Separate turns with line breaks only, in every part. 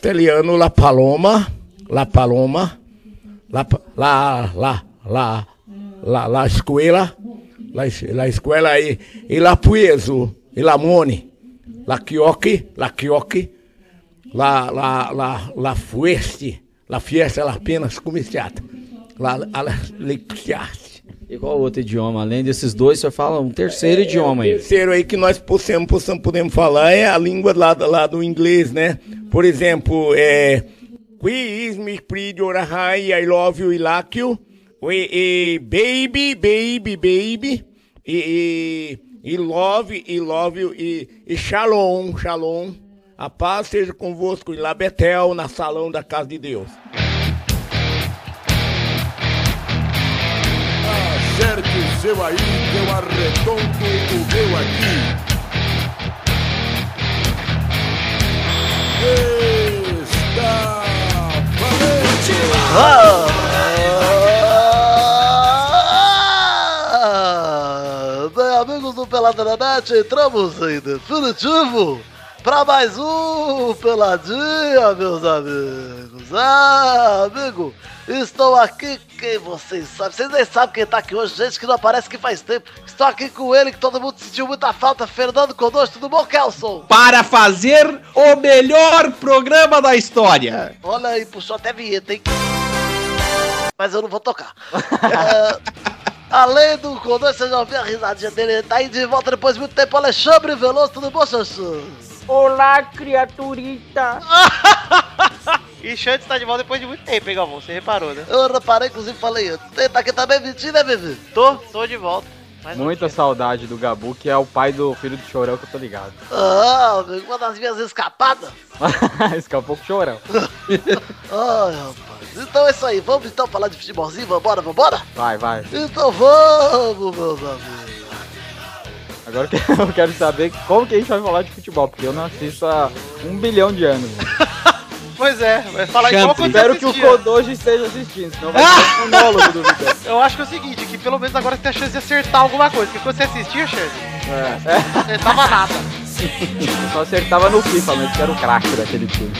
Castelhano, La Paloma, La Paloma, La, Pa- La, La, La, La, La Escuela, La, Es- La Escuela e, e La Pueso, e La Mone, La Quioque, La Quioque, La, La, La, La Fueste, La Fiesta, La Penas Comiciata, La Alexiarte.
E qual outro idioma? Além desses dois, você fala um terceiro
É,
idioma aí.
terceiro aí que nós possamos, possamos- podemos falar é a língua lá, do- lá do inglês, né? Por exemplo, é. We is me pretty or high, I love you, I like you. We, e, baby, baby, baby. E, e, e love, e love you, e, e shalom, shalom. A paz seja convosco em Labetel, na salão da casa de Deus.
Acerte o seu aí, que eu arredondo o meu aqui. Está valente!
Ah! Bem, amigos do Pelada na Net, entramos em definitivo para mais um Peladinha, meus amigos. Ah, amigo, estou aqui, quem vocês sabem, vocês nem sabem quem tá aqui hoje, gente que não aparece que faz tempo. Estou aqui com ele, que todo mundo sentiu muita falta, Fernando Conosco, tudo bom, Kelson?
para fazer o melhor programa da história.
Olha aí, puxou até vinheta, hein? Mas eu não vou tocar. É, além do Condor, você já ouviu a risadinha dele? Ele tá aí de volta depois de muito tempo. Alexandre Veloso, tudo bom, Xanxu?
Olá, criaturita!
E Xande tá de volta depois de muito tempo, hein, Galvão? Você reparou, né?
Eu reparei, inclusive, falei antes. Ele tá aqui também, mentira, né, Vivi?
Tô, tô de volta. Mas
Muita saudade do Gabu, que é o pai do filho do Chorão, que eu tô ligado.
Ah, amigo, uma das minhas escapadas.
Escapou com o Chorão.
Ai, rapaz. Então é isso aí. Vamos então falar de futebolzinho? Vambora, vambora?
Vai, vai.
Então vamos, meus amigos.
Agora que eu quero saber como que a gente vai falar de futebol, porque eu não assisto há um bilhão de anos.
Pois é, vai falar igual quando
Espero que o
assistia.
Kodoji esteja assistindo, senão vai ser um monólogo do Vitor.
Eu acho que é o seguinte, que pelo menos agora você tem a chance de acertar alguma coisa. Porque quando você assistia, Xande,
É,
não acertava nada.
eu só acertava no FIFA, mas que era o craque daquele time.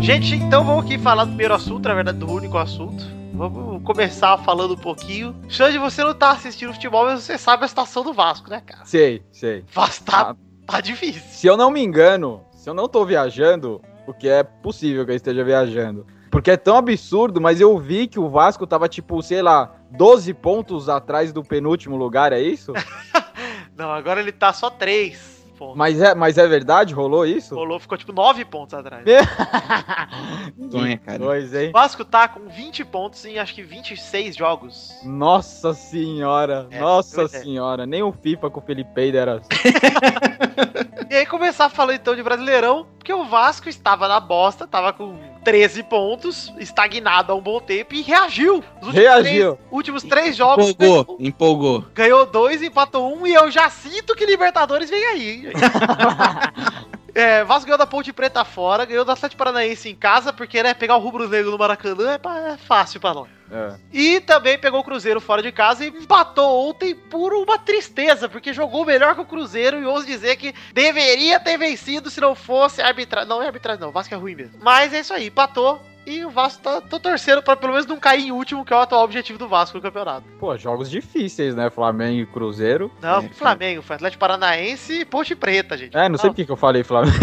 Gente, então vamos aqui falar do primeiro assunto, na verdade, do único assunto. Vamos começar falando um pouquinho. Xande, você não tá assistindo futebol, mas você sabe a situação do Vasco, né, cara?
Sei, sei. Ah.
Vasco tá, tá difícil.
Se eu não me engano, se eu não tô viajando, o que é possível que eu esteja viajando. Porque é tão absurdo, mas eu vi que o Vasco tava, tipo, sei lá, 12 pontos atrás do penúltimo lugar, é isso?
Não, agora ele tá só três pontos.
Mas é, mas é verdade? Rolou isso?
Rolou, ficou tipo nove pontos atrás.
Sonha, cara.
Pois,
O
hein?
Vasco tá com 20 pontos em acho que 26 jogos.
Nossa senhora,
É,
nossa
pois é.
senhora. Nem o FIFA com o Felipe Eider era assim.
E aí começar falando então de Brasileirão, porque o Vasco estava na bosta, estava com 13 pontos, estagnado há um bom tempo e reagiu. Os últimos
Reagiu.
Três, últimos três jogos
Empolgou, empolgou.
ganhou- um. ganhou dois, empatou um e eu já sinto que Libertadores vem aí. hein, gente? É, Vasco ganhou da Ponte Preta fora, ganhou do Atlético Paranaense em casa, porque né, pegar o Rubro Negro no Maracanã é, pa- é fácil pra nós.
É.
E também pegou o Cruzeiro fora de casa e empatou ontem por uma tristeza, porque jogou melhor que o Cruzeiro e ouso dizer que deveria ter vencido se não fosse arbitragem. Não é arbitragem, não, o Vasco é ruim mesmo. Mas é isso aí, empatou. E o Vasco tá tô torcendo pra pelo menos não cair em último, que é o atual objetivo do Vasco no campeonato.
Pô, jogos difíceis, né? Flamengo e Cruzeiro.
Não,
É,
foi Flamengo, foi Atlético Paranaense e Ponte Preta, gente.
É, não sei por que que eu falei Flamengo.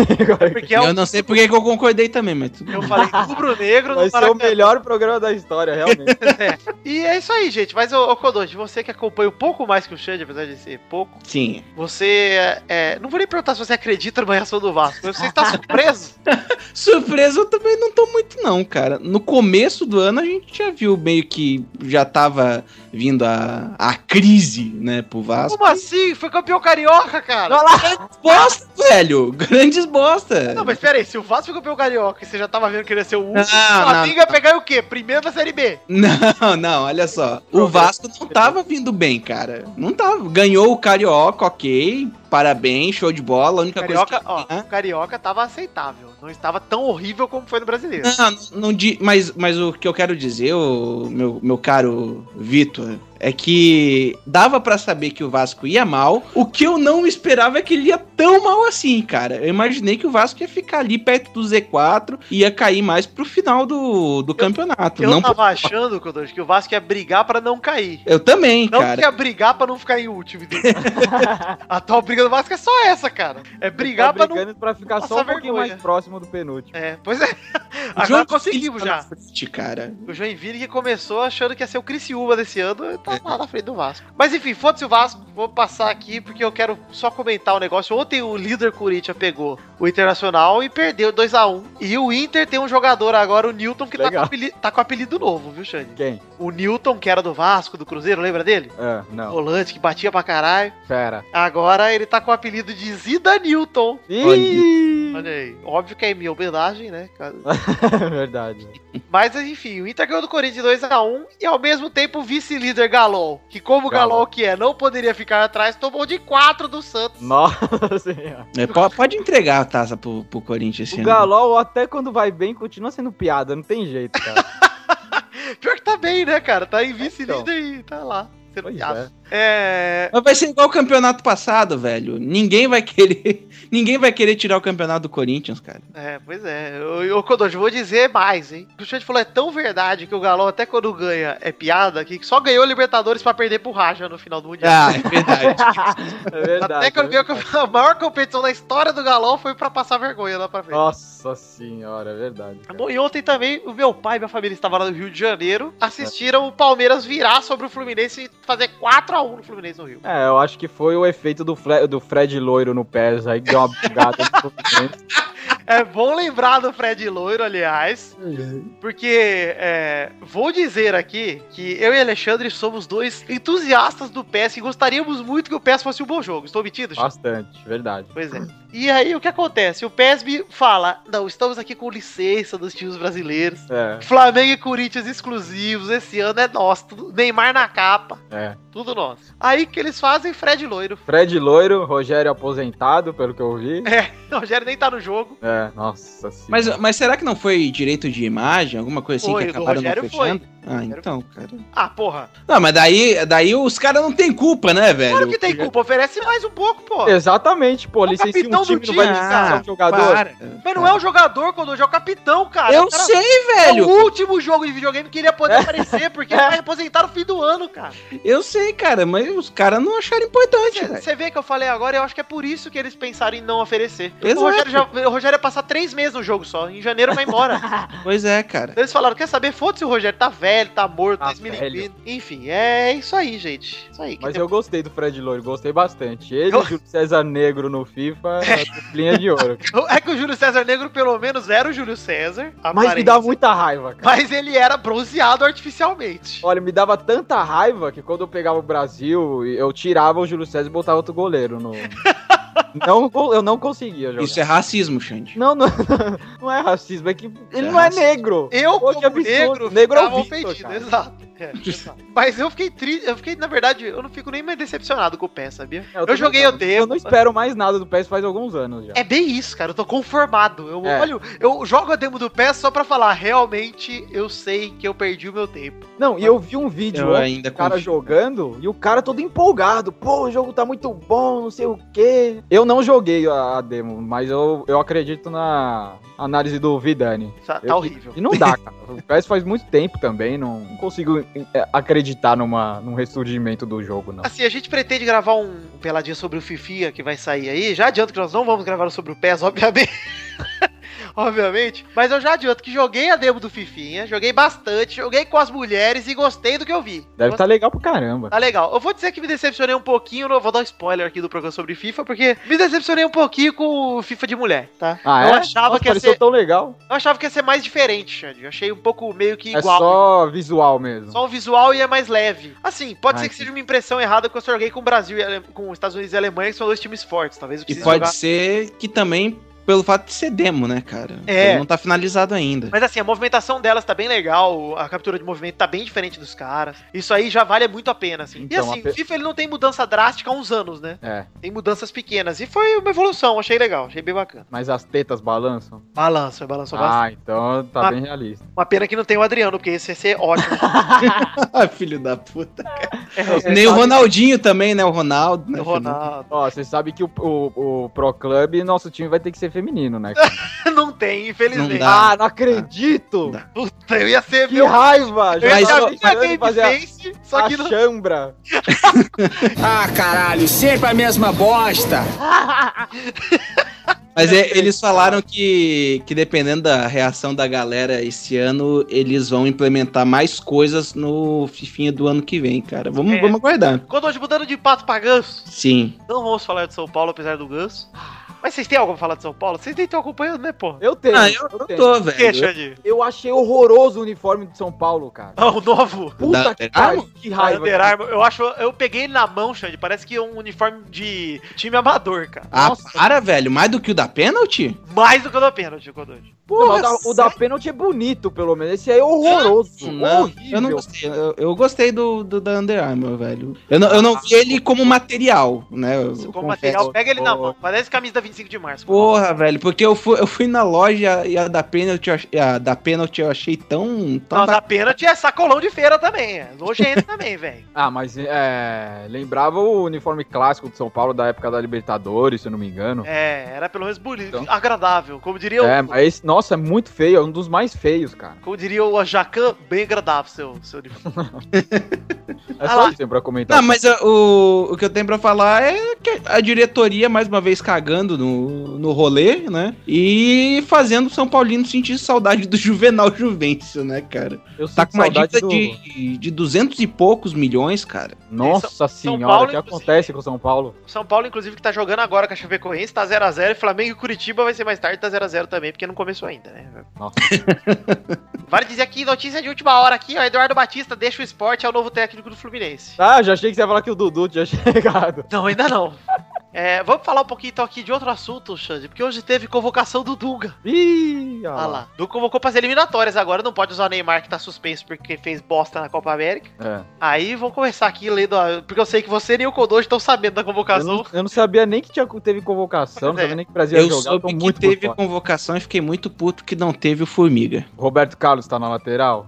Porque é
eu
o
não sei porque que eu concordei também, mas tudo
eu falei rubro negro
Vai
no
ser o
Maracanã.
melhor programa da história, realmente. tá
E é isso aí, gente. Mas, ô, ô Kodoji, você que acompanha um pouco mais que o Xande, apesar de ser pouco,
sim.
Você. é, não vou nem perguntar se você acredita numa reação do Vasco, mas você
tá
está surpreso?
Surpresa eu também não tô muito não, cara. No começo do ano a gente já viu meio que já tava vindo a, a crise, né, pro Vasco.
Como assim? Foi campeão carioca, cara! Não,
Bosta, velho! Grandes bosta!
mas pera aí, se o Vasco foi campeão carioca e você já tava vendo que ele ia ser o último,
Não,
o Flamengo
não.
ia pegar o quê? Primeiro da Série B.
Não, não, olha só. O Vasco não tava vindo bem, cara. Não tava. Ganhou o Carioca, ok. Parabéns, show de bola. A única coisa
Carioca,
que...
ó, o Carioca tava aceitável.
Não estava tão horrível como foi no brasileiro.
Ah, Não, não di- mas, mas o que eu quero dizer, ô, meu, meu caro Vitor, é que dava pra saber que o Vasco ia mal. O que eu não esperava é que ele ia tão mal assim, cara. Eu imaginei que o Vasco ia ficar ali perto do Z4 e ia cair mais pro final do, do campeonato.
Eu
não
tava achando, Kodoshi, que o Vasco ia brigar pra não cair.
eu também,
Não
cara.
que ia brigar pra não ficar em último. entendeu? a atual briga do Vasco é só essa, cara. É brigar
tá
pra não.
brigando pra ficar só
passar
um pouquinho
vergonha.
mais próximo do penúltimo.
É, pois é.
O
Agora
João
conseguimos
Diniz tá
já.
na frente, cara.
O Joinville que começou achando que ia ser o Criciúma desse ano e tá lá na frente do Vasco. Mas enfim, foda-se o Vasco, vou passar aqui porque eu quero só comentar um negócio. Ontem o líder Corinthians pegou o Internacional e perdeu 2x1. E o Inter tem um jogador agora, o Newton, que tá com,
Legal.
apelido, tá com apelido novo, viu, Xande?
Quem?
O Newton, que era do Vasco, do Cruzeiro, lembra dele?
Ah, não.
Volante que batia pra caralho.
Pera.
Agora ele tá com o apelido de Zida Newton.
Ih!
Olha aí. Óbvio que é em minha homenagem, né?
É Verdade.
Mas enfim, o Inter ganhou do Corinthians 2x1 e ao mesmo tempo o vice-líder Galol, que como
Galol.
Galol que é, não poderia ficar atrás, tomou de 4 do Santos.
Nossa senhora.
É, po- pode entregar a taça pro, pro Corinthians esse
O
ano.
Galol, até quando vai bem, continua sendo piada. Não tem jeito, cara.
Pior que tá bem, né, cara? Tá
Então.
em vice-líder e tá lá. Sendo
Pois
piada. É.
Mas vai ser igual o campeonato passado, velho. Ninguém vai querer, ninguém vai querer tirar o campeonato do Corinthians, cara.
É, pois é. Ô, ô, Kodoji, vou dizer mais, hein? O que o Xande falou é tão verdade que o Galol, até quando ganha, é piada, que só ganhou o Libertadores pra perder pro Raja no final do Mundial.
Ah, é verdade.
É verdade.
Até quando ganhou a maior competição da história do Galol foi pra passar vergonha lá pra frente.
Nossa senhora, é verdade. cara.
Bom, e ontem também o meu pai e minha família estavam lá no Rio de Janeiro, assistiram o Palmeiras virar sobre o Fluminense e fazer 4x1 no Fluminense no Rio.
É, eu acho que foi o efeito do, Fle- do Fred Loiro no Pérez aí, que deu uma bugada. no Fluminense.
É bom lembrar do Fred Loiro, aliás,
Uhum.
porque é, vou dizer aqui que eu e Alexandre somos dois entusiastas do PES e gostaríamos muito que o PES fosse um bom jogo. Estou mentindo, Chico?
Bastante, verdade.
Pois é.
Ah.
E aí o que acontece? O PESB fala: não, estamos aqui com licença dos times brasileiros.
É,
Flamengo e Corinthians exclusivos, esse ano é nosso. tudo- Neymar na capa.
é.
Tudo nosso. Aí que eles fazem Fred Loiro.
Fred Loiro, Rogério aposentado, pelo que eu vi.
O Rogério nem tá no jogo.
É, nossa senhora.
Mas, mas será que não foi direito de imagem, alguma coisa assim
Foi,
que
do
acabaram não
Rogério foi.
fechando? Ah, então, cara.
Ah, porra.
Não, mas daí, daí os caras não têm culpa, né, velho?
Claro que tem culpa, oferece mais um pouco, pô.
Exatamente, pô. Licencia
capitão
um time,
do
não vai
time,
licenciar
Ah,
um jogador.
para.
Mas não é o jogador, quando é o capitão, cara.
Eu É.
O cara-
sei,
É o
velho.
último jogo de videogame que ele ia poder aparecer, porque ele vai aposentar no fim do ano, cara.
Eu sei, cara, mas os caras não acharam importante, velho.
Você vê que eu falei agora, eu acho que é por isso que eles pensaram em não oferecer.
Exato.
O, Rogério já- o Rogério ia passar três meses no jogo só. Em janeiro vai embora. Então
Pois é, cara.
Eles falaram, quer saber? Foda-se o Rogério, tá velho, tá morto,
Tá
tá
velho.
Enfim, é isso aí, gente. Isso aí.
Mas
que
eu gostei do Fred Loiro, gostei bastante. Ele
Eu-
e o César Negro no FIFA, é linha de ouro.
É que o Júlio César Negro, pelo menos, era o Júlio César.
Mas me
aparência.
dá muita raiva, cara.
Mas ele era bronzeado artificialmente.
Olha, me dava tanta raiva que quando eu pegava o Brasil, eu tirava o Júlio César e botava outro goleiro no. não, co- eu não conseguia jogar.
Isso é racismo, Xande.
Não, não, não é racismo, é que ele
é
não é
racismo.
negro.
Eu,
Pô, que
como negro,
absurdo. Negro é o
ficava
Victor, cara.
Exato. É, exato. Mas eu fiquei triste, eu fiquei, na verdade, eu não fico nem mais decepcionado com o PES, sabia?
É,
Eu,
também
joguei
não.
o tempo.
Eu não espero mais nada do PES faz alguns anos já.
É bem isso, cara. Eu tô conformado. Eu
É.
olho, eu jogo a demo do PES só pra falar, realmente eu sei que eu perdi o meu tempo.
Não, e eu vi um vídeo
Eu
ontem
ainda
do cara
confio.
jogando e o cara todo empolgado. Pô, o jogo tá muito bom, não sei o quê. Eu não joguei a, a demo, mas eu, eu acredito na análise do Vidani.
Tá, tá
Eu-
horrível.
E não dá, cara. O PES faz muito tempo também, não, não consigo é, acreditar numa, num ressurgimento do jogo, não.
Assim, a gente pretende gravar um peladinho sobre o Fifinha que vai sair aí. Já adianto que nós não vamos gravar sobre o PES, obviamente. obviamente. Mas eu já adianto que joguei a demo do Fifinha, joguei bastante, joguei com as mulheres e gostei do que eu vi.
Deve estar tá legal pra caramba.
Tá legal. Eu vou dizer que me decepcionei um pouquinho, não vou dar um spoiler aqui do programa sobre FIFA, porque me decepcionei um pouquinho com o FIFA de mulher, tá?
Ah,
eu
é?
achava
Nossa,
que ia
pareceu
ser-
tão legal.
Eu achava que ia ser mais diferente, Xande. Eu achei um pouco meio que
É
igual.
só visual mesmo.
Só o visual e é mais leve. Assim, pode
Ah,
ser que
entendi.
seja uma impressão errada que eu joguei com o Brasil, e Ale- com os Estados Unidos e a Alemanha, que são dois times fortes. Talvez eu
E
precise
pode
jogar.
ser que também pelo fato de ser demo, né, cara?
É.
Então Não tá finalizado ainda.
Mas assim, a movimentação delas tá bem legal, a captura de movimento tá bem diferente dos caras. Isso aí já vale muito a pena, assim. e
Então,
assim,
a pe-
o FIFA ele não tem mudança drástica há uns anos, né?
É,
Tem mudanças pequenas. E foi uma evolução, achei legal, achei bem bacana.
mas as tetas balançam.
Balança, balançou bastante.
ah, então tá
Ah.
bem realista.
Uma pena que não tem o Adriano, porque esse ia ser ótimo.
Ah,
Filho da puta.
É,
Nem o Ronaldinho também, né? O Ronaldo. né,
o
filho?
Ronaldo.
Ó, você sabe que o, o, o Pro Club, nosso time vai ter que ser feminino, né? cara?
Não tem, infelizmente.
Não dá.
Ah, não acredito!
Dá.
Puta, eu ia ser
Que
meu.
raiva!
Eu ia
Mas
ser
tava
a minha
esperando fazer a-
Babyface, só que
a
não.
chambra.
Ah, caralho, sempre a mesma bosta.
Mas é, eles falaram que, que dependendo da reação da galera esse ano, eles vão implementar mais coisas no Fifinha do ano que vem, cara. Vamos,
É.
vamos aguardar.
Quando hoje mudando de pato pra ganso.
Sim.
Não vamos falar de São Paulo, apesar do ganso. Mas vocês têm algo pra falar de São Paulo? Vocês nem estão acompanhando, né, pô?
Ah. Eu tenho.
Ah,
eu,
Eu
tenho.
tô, velho.
Queixa de.
Eu achei horroroso o uniforme de São Paulo, cara.
Ah, o novo.
Puta
Da
que
Under Armour?
pariu, que raiva.
Under Armour. Eu acho. Eu peguei ele na mão, Xande. Parece que é um uniforme de time amador, cara.
Ah,
Nossa.
para, velho. Mais do que o da pênalti?
Mais do que o da pênalti, Codonte.
Não, mas
Porra,
o, da, o da pênalti é bonito, pelo menos. Esse aí é horroroso.
Não,
horrível.
eu não gostei. Eu, eu gostei do, do da Under Armour, velho. Eu não, eu não vi ele como material, né? Eu
Como
confesso.
material, pega ele na
Pô.
mão. Parece camisa da 25 de março.
Porra, velho, porque eu fui, eu fui na loja e a da pênalti, eu ach- a da pênalti eu achei tão. tão
Não,
ba-
da pênalti é sacolão de feira também. É nojento também, velho.
Ah, mas é. Lembrava o uniforme clássico de São Paulo da época da Libertadores, se eu não me engano.
É, era pelo menos bonito,
Então.
agradável. Como diria
É,
o.
mas esse, nossa, é muito feio, é um dos mais feios, cara.
Como diria o Jacan, bem agradável seu, seu uniforme.
É
Ah
só
lá.
isso que tem pra comentar.
Não, mas a- o, o que eu tenho pra falar é que a diretoria, mais uma vez, cagando no, no rolê, né? E fazendo o São Paulino sentir saudade do Juvenal Juvencio, né, cara?
eu
Tá
sinto
com uma
saudade
dívida
do-
de, de 200 e poucos milhões, cara.
Nossa senhora,
Paulo,
o que
inclusive.
acontece com o São Paulo?
São Paulo, inclusive, que tá jogando agora com a Chapecoense, tá 0x0. E Flamengo e Curitiba vai ser mais tarde, tá 0x0 também, porque não começou ainda, né?
Nossa.
vale dizer aqui, notícia de última hora aqui, ó. Eduardo Batista deixa o esporte, é o novo técnico do Fluminense.
Ah, já achei que você ia falar que o Dudu tinha chegado.
Não, ainda não. É, vamos falar um pouquinho então aqui de outro assunto, Xande, porque hoje teve convocação do Dunga.
Ih, olha
Ah lá. Dunga convocou pras eliminatórias agora, não pode usar o Neymar que tá suspenso porque fez bosta na Copa América.
É.
Aí vou começar aqui lendo, a- porque eu sei que você nem o Kodoji estão sabendo da
Eu
convocação.
não, eu não sabia nem que tinha, teve convocação, não
Pois é.
sabia nem que o Brasil ia
Eu
jogar. Eu tô
soube que
muito por
teve
fora.
convocação e fiquei muito puto que não teve o Formiga.
Roberto Carlos tá na lateral.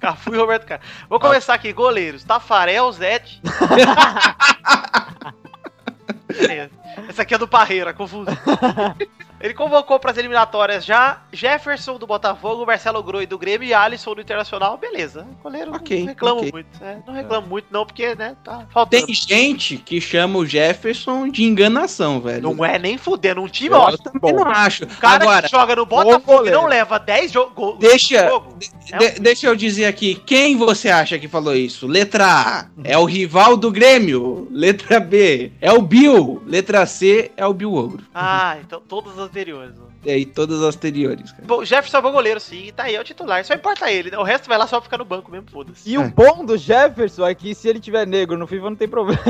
Cafu e Ah, Roberto Carlos. Vou
Ah.
começar aqui, goleiros. Tafarel, Zete. Beleza. Essa aqui é do Parreira, confuso. Ele convocou para as eliminatórias já Jefferson do Botafogo, Marcelo Groi do Grêmio e Alisson do Internacional. Beleza. Goleiro
Ok,
não reclamo
ok.
muito. né? Não reclamo muito não, porque né, tá faltando.
Tem gente que chama o Jefferson de enganação, velho.
Não é nem fudendo. Um time
Eu
ótimo.
Eu não
Bom,
acho.
O cara
Agora,
que joga no Botafogo e
goleiro.
não leva 10 jogos.
Deixa-
é
de- deixa eu dizer aqui, quem você acha que falou isso? Letra A, é o rival do Grêmio. Letra B, é o Bill. Letra C, é o Bill Ogro. É,
Ah, então todos os anteriores. Mano.
E aí, todas as anteriores, cara.
Bom, o Jefferson é bom goleiro, sim, tá aí, é o titular. Só importa ele, né? O resto vai lá só ficar no banco mesmo, foda-se.
E
É.
o bom do Jefferson é que se ele tiver negro no FIFA não tem problema.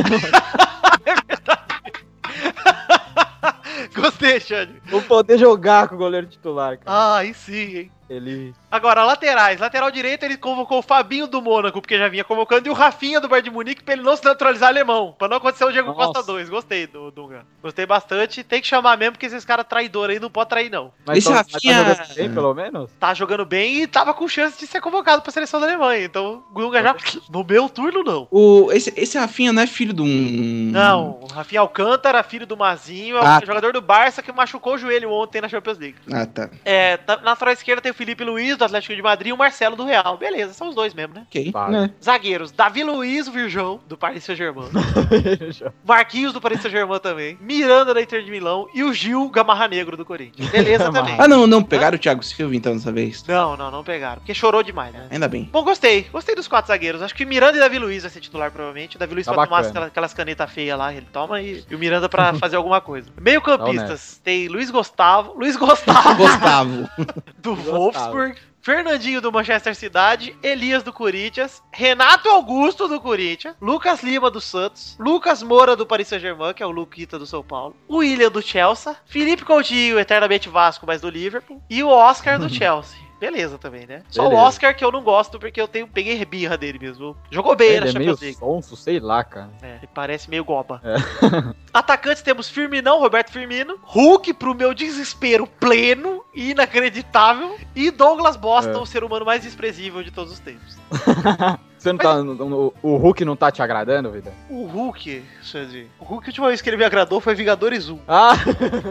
Gostei, Xande.
Vou poder jogar com o goleiro titular, cara.
Ah, aí sim, hein?
Ele.
Agora, laterais. Lateral direito, ele convocou o Fabinho do Mônaco, porque já vinha convocando, e o Rafinha do Bayern de Munique, pra ele não se naturalizar alemão. Pra não acontecer o Diego
Nossa.
Costa 2. Gostei do Dunga. Gostei bastante. Tem que chamar mesmo, porque esses caras traidor aí não pode trair, não.
Esse
então,
Rafinha-
jogando bem, pelo menos?
Tá jogando bem e tava com chance de ser convocado pra seleção da Alemanha. Então, o Dunga já... No meu turno, não.
O, esse, esse Rafinha não é filho de um...
Não, o Rafinha Alcântara, filho do Mazinho, é o
Ah.
jogador do Barça que machucou o joelho ontem na Champions League.
Ah, tá.
É, tá- na lateral esquerda tem o Felipe Luiz, do Atlético de Madrid, e o Marcelo do Real. Beleza, são os dois mesmo, né?
Ok.
Vale.
né?
Zagueiros, Davi Luiz, o Virgão, do Paris Saint-Germain. Marquinhos, do Paris Saint-Germain também. Miranda, da Inter de Milão. E o Gil, Gamarra Negro, do Corinthians. Beleza também.
Ah, não, não. Pegaram o Thiago Silva, então, dessa vez.
Não, não, não pegaram, porque chorou demais, né?
Ainda bem.
Bom, gostei. Gostei dos quatro zagueiros. Acho que Miranda e Davi Luiz vai ser titular, provavelmente. O Davi Luiz
Tá
pra tomar
bacana.
aquelas, aquelas canetas feias lá, ele toma. E, e o Miranda pra fazer alguma coisa. Meio campistas. Tem Luiz Gustavo. Luiz Gustavo,
Gustavo.
do
Gustavo.
Wolfsburg. Fernandinho do Manchester Cidade, Elias do Corinthians, Renato Augusto do Corinthians, Lucas Lima do Santos, Lucas Moura do Paris Saint-Germain, que é o Luquita do São Paulo, o William do Chelsea, Felipe Coutinho, eternamente Vasco, mas do Liverpool, e o Oscar do Chelsea. Beleza também, né? Só o
Beleza.
Oscar que eu não gosto, porque eu tenho peguei birra dele mesmo. Jogou bem na
Ele é meio
Champions League.
sonso, sei lá, cara.
É, ele parece meio goba. Atacantes temos Firminão, Roberto Firmino, Hulk pro meu desespero pleno e inacreditável e Douglas Bosta,
É.
o ser humano mais desprezível de todos os tempos.
Você não tá. no- no- o Hulk não tá te agradando, vida?
O Hulk, Xande, o Hulk a última vez que ele me agradou foi Vingadores 1.
Ah!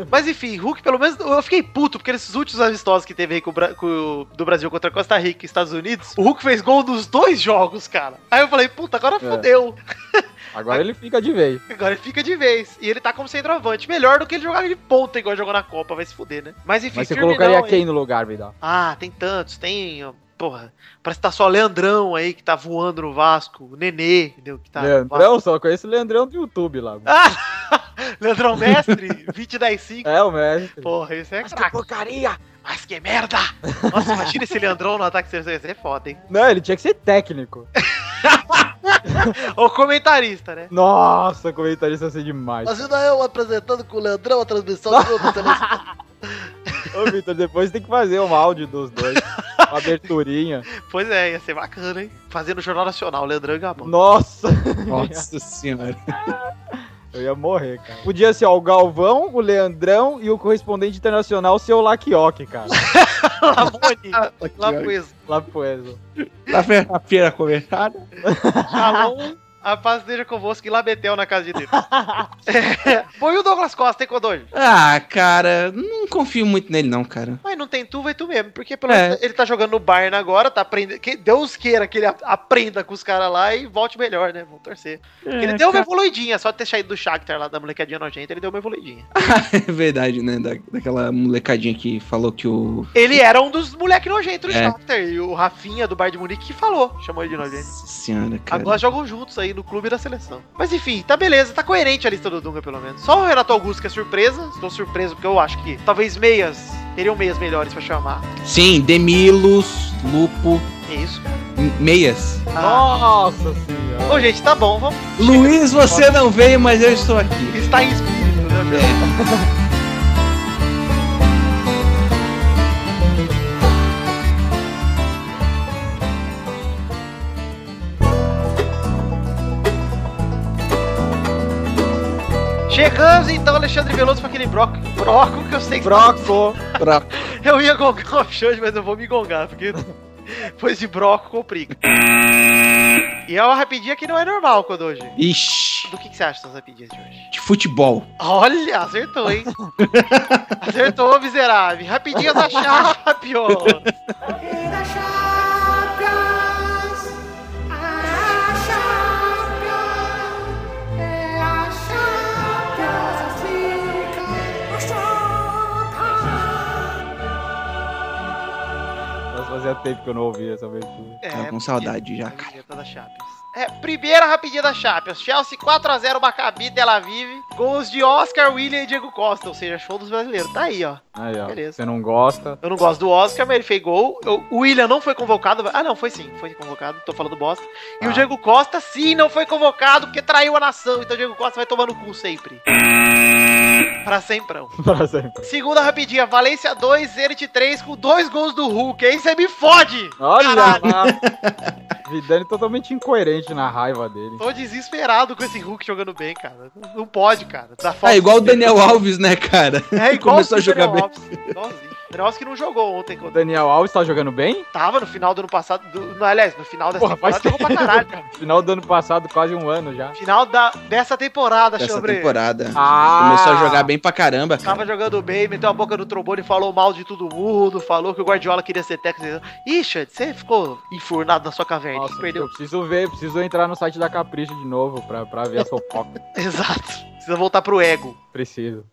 Mas enfim, Hulk pelo menos eu fiquei puto porque nesses últimos amistosos que teve aí com o, Bra- com o- do Brasil contra Costa Rica e Estados Unidos, o Hulk fez gol nos dois jogos, cara. Aí eu falei, puta, agora fodeu.
Agora ele fica de vez.
Agora ele fica de vez. E ele tá como centroavante. Melhor do que ele jogar de ponta igual ele jogou na Copa. Vai se fuder, né? Mas enfim,
Mas você
Firminão
colocaria
aí.
quem no lugar, vida?
Ah, tem tantos. Tem, ó, porra. Parece que tá só Leandrão aí que tá voando no Vasco. O Nenê, entendeu? Que tá no
Leandrão, só conheço o Leandrão do YouTube lá.
Ah, Leandrão Mestre, 20
É o mestre.
Porra, esse é craque. porcaria! Mas que merda! Nossa, imagina esse Leandrão no ataque cerceiro. Esse é foda, hein?
Não, ele tinha que ser técnico.
Ou comentarista, né?
Nossa, comentarista ia ser demais.
Imagina eu apresentando com o Leandrão a transmissão do jogo do Telesport.
Ô, Vitor, Então, depois tem que fazer um áudio dos dois. Uma aberturinha.
Pois é, ia ser bacana, hein? Fazendo o Jornal Nacional, Leandrão e Gabão.
Nossa,
Nossa senhora.
eu ia morrer, cara. Podia ser ó, o Galvão, o Leandrão e o correspondente internacional, seu Lakioque, cara.
Lavone,
Aqui,
Lapuesa.
Lá pro Enzo.
Na Tá feira começada.
Shalom, a paz esteja convosco e lá Betel na casa de Deus. É. Põe o Douglas Costa, hein, Codonjo?
Ah, cara, não confio muito nele, não, cara.
Mas não tem tu, vai tu mesmo. Porque pelo
É.
menos ele tá jogando no Bayern agora, tá aprendendo. Que Deus queira que ele a- aprenda com os caras lá e volte melhor, né? Vamos torcer. Porque
É,
ele deu uma evoluidinha, só de ter saído do Shakhtar lá da molecadinha nojenta, ele deu uma evoluidinha.
É verdade, né? Da, daquela molecadinha que falou que o.
Ele era um dos moleques nojentos do
É.
Shakhtar. E o Rafinha do Bayern de Munique que falou, chamou ele de nojento.
Nossa senhora, cara.
Agora jogam juntos aí no clube e na seleção. Mas enfim, tá beleza, tá coerente a lista do Dunga, pelo menos. Só o Renato Augusto que é surpresa. Estou surpreso porque eu acho que talvez meias teriam meias melhores pra chamar.
Sim, Demilos, Lupo,
Que isso, cara.
M- Meias.
Ah.
Nossa senhora.
Bom, gente, tá bom, vamos.
Luiz, você não veio, mas eu estou aqui.
Está em espírito, né, meu? Chegamos então, Alexandre Veloso, para aquele broco. Broco que eu sei que tá
Broco.
Eu ia gongar o Xande, mas eu vou me gongar, porque depois de broco complica. E é uma rapidinha que não é normal quando hoje.
Ixi,
Do que, que você acha das rapidinhas de hoje?
de futebol.
Olha, acertou, hein? acertou, miserável. Rapidinhas da Chape, ó.
Tá
Nossa, fazia tempo que eu não ouvia essa abertura.
É,
Tava com saudade já, cara.
rapidinha da Chape. É, primeira rapidinha da Chapes. Chelsea 4x0, Maccabi, Tel Aviv. Gols de Oscar, William e Diego Costa. Ou seja, show dos brasileiros. Tá aí, ó.
Aí, ó.
Beleza.
Você não gosta.
Eu não gosto do Oscar, mas ele fez gol. Eu- o William não foi convocado. Ah, não, foi sim, foi convocado. Tô falando bosta. E o
Ah.
Diego Costa, sim, não foi convocado porque traiu a nação. Então o Diego Costa vai tomar no cu sempre. Pra sempre.
Pra sempre.
Segunda rapidinha, Valência 2, Zenit 3, com dois gols do Hulk. Aí você me fode!
Olha
Caralho.
lá. Vidani totalmente incoerente na raiva dele.
Tô desesperado com esse Hulk jogando bem, cara. Não pode, cara. Dá falta
Ah, igual o
de-
Daniel Alves, né, cara?
É, igual
Começou a jogar bem.
bem. Igualzinho. O Daniel Alves que não jogou ontem
O
quando
Daniel Alves tá jogando bem?
tava no final do ano passado. do- no, aliás, no final dessa
Porra, faz
temporada jogou pra caralho, cara.
Final do ano passado, quase um ano já.
Final da, dessa temporada,
Essa
Chambre.
temporada.
Ah.
Começou a jogar bem pra caramba, cara.
Tava jogando bem, meteu a boca no trombone, falou mal de todo mundo, falou que o Guardiola queria ser técnico. Ih, Xande, você ficou enfurnado na sua caverna,
Nossa,
perdeu.
eu preciso ver, preciso entrar no site da Capricho de novo pra, pra ver as fofocas.
Exato. Precisa voltar pro ego.
Preciso.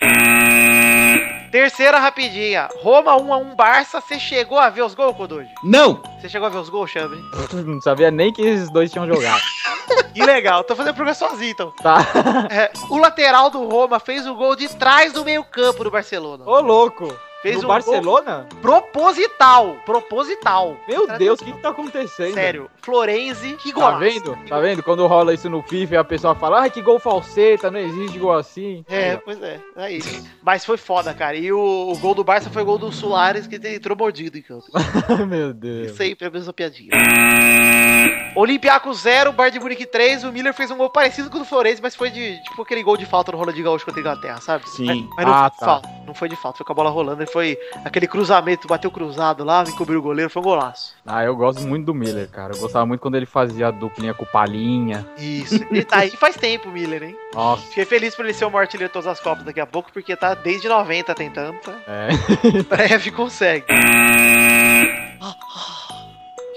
Terceira rapidinha. Roma 1x1 Barça, você chegou a ver os gols, Kodoji?
Não!
Você chegou a ver os gols, Chambre?
Não sabia nem que esses dois tinham jogado.
Que legal, tô fazendo programa sozinho, então.
Tá.
É, o lateral do Roma fez o gol de trás do meio campo do Barcelona.
Ô, louco.
Fez
no
um
Barcelona?
gol proposital. Proposital.
Meu
Cara,
Deus, o que, que tá acontecendo?
Sério. Florenzi, que
Tá
golaço.
vendo? Tá vendo? Quando rola isso no FIFA e a pessoa fala, ai, que gol falseta, não existe gol assim.
É, pois é, é isso. Mas foi foda, cara. E o, o gol do Barça foi gol do Solares que entrou mordido em campo.
Meu Deus.
Sempre a mesma piadinha. Olympiacos 0, Bayern de Munique 3. O Miller fez um gol parecido com o do Florenzi, mas foi de tipo aquele gol de falta no Ronaldinho Gaúcho contra a Inglaterra, sabe?
Sim.
Mas, mas não,
Ah,
foi de
tá.
falta, não foi de falta, foi com a bola rolando. E foi aquele cruzamento, bateu cruzado lá, encobriu o goleiro, foi um golaço.
Ah, eu gosto muito do Miller, cara. Eu gostava muito quando ele fazia a duplinha com o Palinha.
Isso. Ele tá aí faz tempo, o Miller, hein?
Nossa,
Fiquei feliz por ele ser o maior artilheiro de todas as Copas daqui a pouco, porque tá desde 90 tentando, tá?
é.
breve consegue.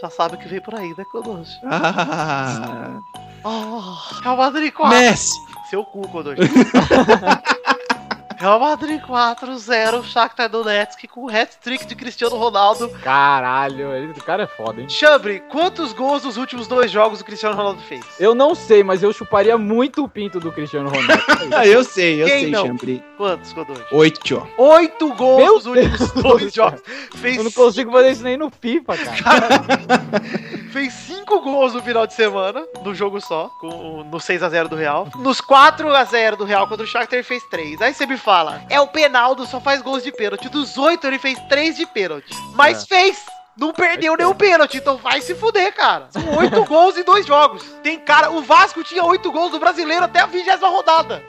Já sabe o que vem por aí, né, Kodoji?
Ah,
Oh, Real Madrid 4.
Messi!
Seu cu, Kodoji. Real Madrid 4, 0, Shakhtar Donetsk com o hat-trick de Cristiano Ronaldo.
Caralho, ele- o cara é foda, hein?
Chambre, quantos gols nos últimos dois jogos o Cristiano Ronaldo fez?
Eu não sei, mas eu chuparia muito o pinto do Cristiano Ronaldo.
Ah, eu sei, eu
Quem
sei,
não?
Chambri.
Quantos, Kodoji?
Oito.
Oito gols
Meu
nos últimos
Deus
dois
do
jogos. Fez
eu não consigo fazer isso nem no FIFA, cara.
Fez cinco gols no final de semana, no jogo só, com, no 6x0 do Real. Nos 4x0 do Real contra o Shakhtar, ele fez três. Aí você me fala, é o Penaldo, só faz gols de pênalti. Dos oito, ele fez três de pênalti. Mas fez! Não perdeu nenhum pênalti, então vai se fuder, cara. São oito gols em dois jogos. Tem cara, o Vasco tinha oito gols do brasileiro até a vigésima rodada.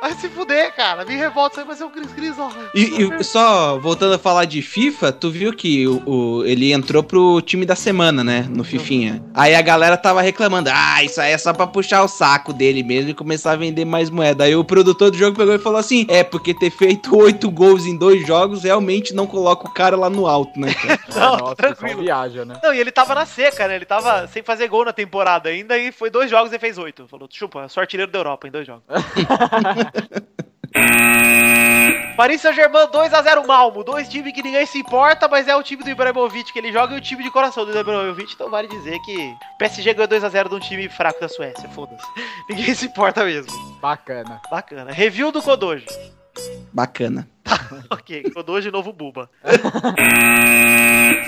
Vai se fuder, cara. Me revolta, mas é um cris-cris, ó.
E,
Uhum.
e só voltando a falar de FIFA, tu viu que o, o- ele entrou pro time da semana, né? No Fifinha. Aí a galera tava reclamando: ah, isso aí é só pra puxar o saco dele mesmo e começar a vender mais moeda. Aí o produtor do jogo pegou e falou assim: é, porque ter feito oito gols em dois jogos realmente não coloca o cara lá no alto, né? cara?"
Não,
Nossa,
tranquilo.
só viaja, né?
Não, e ele tava na seca, né? Ele tava sem fazer gol na temporada ainda e foi dois jogos e fez oito. Falou, chupa, sou artilheiro da Europa em dois jogos. Paris Saint-Germain 2x0 Malmo. Dois times que ninguém se importa, mas é o time do Ibrahimovic que ele joga e o time de coração do Ibrahimovic. Então vale dizer que PSG ganhou 2x0 de um time fraco da Suécia. Foda-se. Ninguém se importa mesmo.
Bacana.
Bacana. Review do Kodoji.
Bacana.
Ok, Kodoji novo Buba.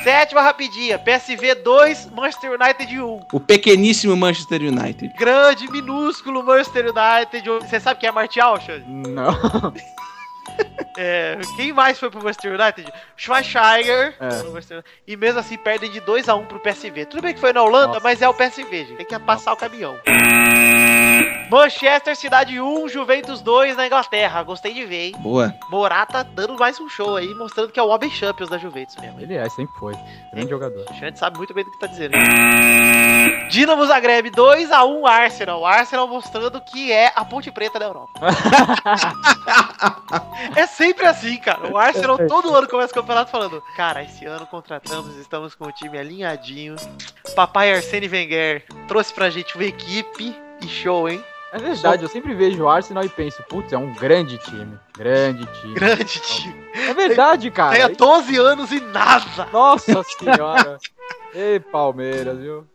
Sétima rapidinha. PSV 2, Manchester United 1.
O pequeníssimo Manchester United.
grande, minúsculo Manchester United. Você sabe quem é Martial, Xande?
Não.
É, quem mais foi pro Manchester United? Schweinsteiger.
É.
foi pro Manchester United. E mesmo assim perdem de 2 a 1 pro PSV. Tudo bem que foi na Holanda,
Nossa.
mas é o PSV, gente. Tem que passar o caminhão. Manchester, Cidade 1, Juventus 2 na Inglaterra. Gostei de ver, hein?
Boa.
Morata dando mais um show aí, mostrando que é o homem champions da Juventus mesmo.
Ele é, sempre foi. Grande jogador.
O Xande sabe muito bem do que tá dizendo. Dinamo Zagreb 2x1 Arsenal. Arsenal mostrando que é a Ponte Preta da Europa. é sempre assim, cara. O Arsenal
é.
todo ano começa o campeonato falando: Cara, esse ano contratamos, estamos com o time alinhadinho. Papai Arsene Wenger trouxe pra gente uma equipe. E show, hein?
É verdade, eu sempre vejo o Arsenal e penso, putz, é um grande time. Grande time.
Grande time.
É verdade,
Ganha
cara.
12 anos e nada.
Nossa senhora. Ei, Palmeiras, viu?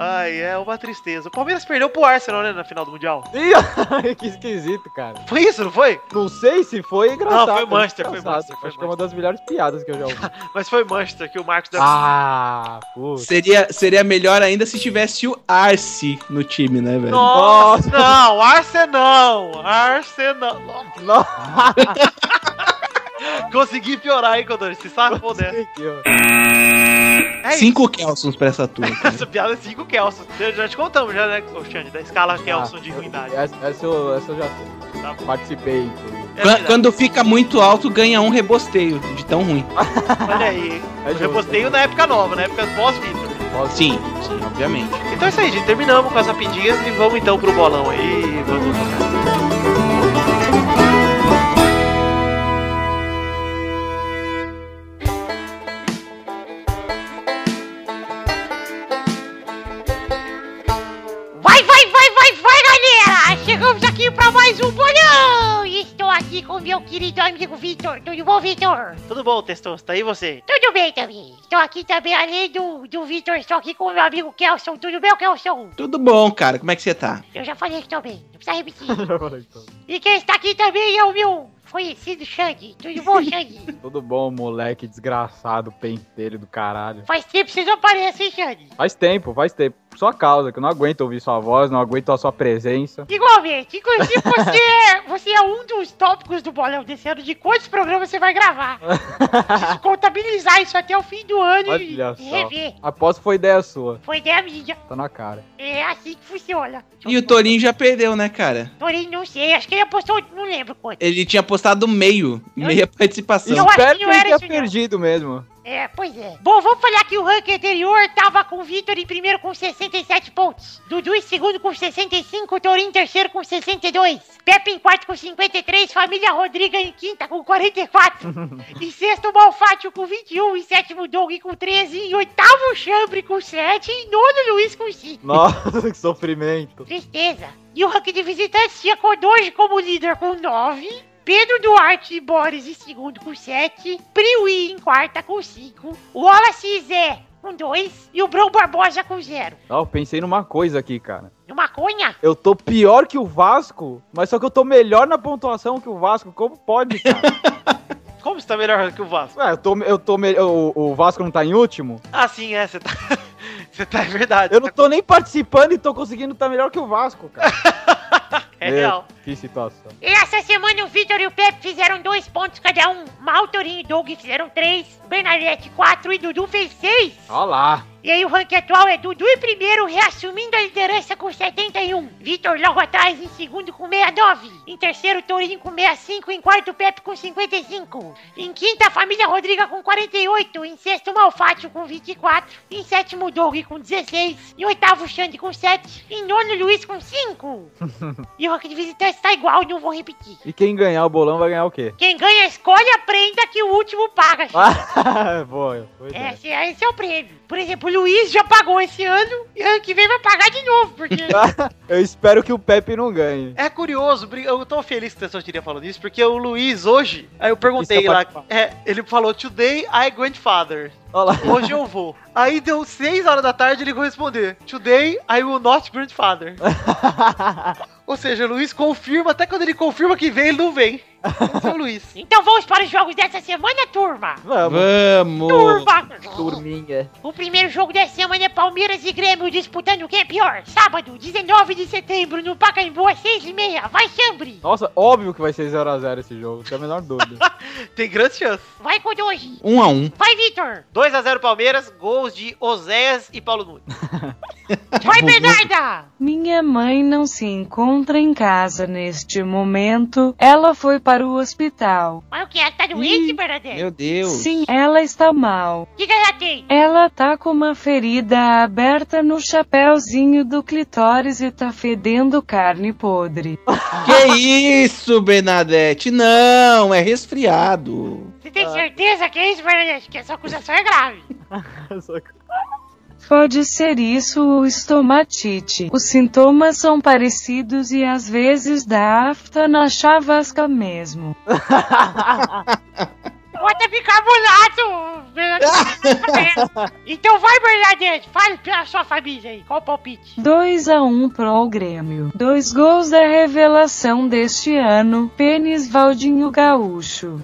Ai, é uma tristeza. O Palmeiras perdeu pro Arsenal, né, na final do Mundial.
Ih, ai, que esquisito, cara.
Foi isso, não foi?
Não sei se foi engraçado.
Não, foi Manchester, foi
engraçado.
Manchester, foi
Acho que é uma das melhores piadas que eu já ouvi.
Mas foi Manchester que o Marcos da
ah, putz.
Seria, seria melhor ainda se tivesse o Arce no time, né, velho?
Nossa, não, Arsenal, Arsenal. Nossa,
Nossa,
Consegui piorar, hein, Codor? Se sacou dessa.
aqui, ó.
É isso.
Cinco Kelsons pra essa turma.
Essa piada é 5 Kelson. Já, já te contamos, já, né, Xande? Da escala Kelson de
Ah,
ruindade.
Essa, essa eu, essa eu já sei.
Tá bom.
Participei, inclusive.
É
Quan-
verdade.
Quando fica muito alto, ganha um rebosteio de tão ruim.
Olha aí. hein?
É
Eu postei na época nova, na época pós-Vitor.
Nossa,
Sim, sim, obviamente.
Então é isso aí, gente. Terminamos com as rapidinhas e vamos então pro bolão aí. Vamos tocar.
Vai, vai, vai, vai, vai, galera! Chegamos aqui pra mais um bolão! E Estou aqui
aqui com meu querido amigo Vitor. Tudo bom, Vitor?
Tudo bom, Testosta? Tá aí você?
Tudo bem também. Estou aqui também, além do, do Vitor, estou aqui com meu amigo Kelson. Tudo bem, Kelson?
Tudo bom, cara. Como é que você tá?
Eu já falei que estou bem, não precisa repetir. e quem está aqui também é o meu conhecido Shang. Tudo bom, Shang?
Tudo bom, moleque desgraçado, penteiro do caralho.
Faz tempo que vocês não aparecem, hein, Shang?
Faz tempo, faz tempo. Por sua causa, que eu não aguento ouvir sua voz, não aguento a sua presença.
Igualmente. Inclusive, você é, você é um dos tópicos do bolão desse ano de quantos programas você vai gravar. Preciso contabilizar ah, isso até o fim do ano e,
Olha
e
só.
rever.
Aposto que foi ideia sua.
Foi ideia minha.
Tá na cara.
É assim que funciona.
E o Torinho já perdeu, né, cara?
Torinho, não sei. Acho que ele apostou, não lembro quanto.
Ele tinha postado meio, meia participação.
Eu acho que
Espero que
não
ele tenha
era isso, não.
perdido mesmo.
É, pois é. Bom, vamos falar que o ranking anterior tava com o Vitor em primeiro com 67 pontos. Dudu em segundo com 65, Torinho em terceiro com 62. Pepe em quarto com 53, Família Rodriga em quinta com 44. em sexto, Malfátio com 21, em sétimo, Doug com 13, em oitavo, Chambre com 7 e nono, Luiz com 5.
Nossa, que sofrimento.
Tristeza. E o ranking de visitantes tinha Kodoji como líder com 9. Pedro Duarte e Boris em segundo com 7. Priui em quarta com 5. Wallace e Zé com 2. E o Brão Barbosa com 0.
Ó, eu pensei numa coisa aqui, cara.
No maconha?
Eu tô pior que o Vasco, mas só que eu tô melhor na pontuação que o Vasco. Como pode, cara?
Como você tá melhor que o Vasco?
Ué, eu tô, eu tô me- o, o Vasco não tá em último?
Ah, sim, é, você tá. Você tá, é verdade.
Eu não tô nem participando e tô conseguindo tá melhor que o Vasco, cara.
É
Meu,
real.
Que situação.
E essa semana o Vitor e o Pepe fizeram 2 pontos cada um. Mal, Torinho e Doug fizeram 3. Bernadette 4 e Dudu fez 6.
Ó lá.
E aí o ranking atual é Dudu em primeiro, reassumindo a liderança com 71. Vitor logo atrás em segundo com 69. Em terceiro, Tourinho com 65. Em quarto, Pepe com 55. Em quinta, a família Rodriga com 48. Em sexto, Malfátio com 24. Em sétimo, Doug com 16. Em oitavo, Xande com 7. Em nono, Luiz com 5. e o ranking de visitantes tá igual, não vou repetir.
E quem ganhar o bolão vai ganhar o quê?
Quem ganha, escolhe a prenda que o último paga. gente.
Ah, boa. boa
É,
ideia.
esse, esse é o prêmio. Por exemplo, o Luiz já pagou esse ano e ano que vem vai pagar de novo, porque.
Eu espero que o Pepe não ganhe.
É curioso, bri- eu tô feliz que o pessoal diria falando isso, porque o Luiz hoje, aí eu perguntei
Isso é
lá,
parte-
é, ele falou, today I grandfather,
Ó lá.
hoje eu vou. Aí deu 6 horas da tarde ele responder, today I will not grandfather. Ou seja, o Luiz confirma, até quando ele confirma que vem, ele não vem. Esse é o Luiz.
Então vamos para os jogos dessa semana, turma!
Vamos.
Vamos!
Turma!
Turminha.
O primeiro jogo dessa semana é Palmeiras e Grêmio disputando o que é pior. Sábado, 19 de setembro, no Pacaembu, às 6h30. Vai, Chambre!
Nossa, óbvio que vai ser 0x0 esse jogo, não tem a menor dúvida.
Tem grande chance.
Vai, Kodoji!
Um a um.
Vai, Vitor!
2x0 Palmeiras, gols de Oséias e Paulo Nunes.
Vai, Bernarda!
Minha mãe não se encontra em casa neste momento. Ela foi para o hospital.
Mas o que? Ela tá doente, Bernadette?
Meu Deus.
Sim, ela está mal.
O que que ela tem?
Ela tá com uma ferida aberta no chapéuzinho do clitóris e tá fedendo carne podre.
Que isso, Bernadette? Não, é resfriado.
Você
Ah.
tem certeza que é isso, Bernadette? Que essa acusação é grave.
Pode ser isso ou estomatite. Os sintomas são parecidos e às vezes dá afta na chavasca mesmo.
Bota bicarbonato! Bernadette. então vai, Bernadette, fale pela sua família aí, qual o palpite?
2 a 1 pro Grêmio. Dois gols da revelação deste ano, Pênis Valdinho Gaúcho.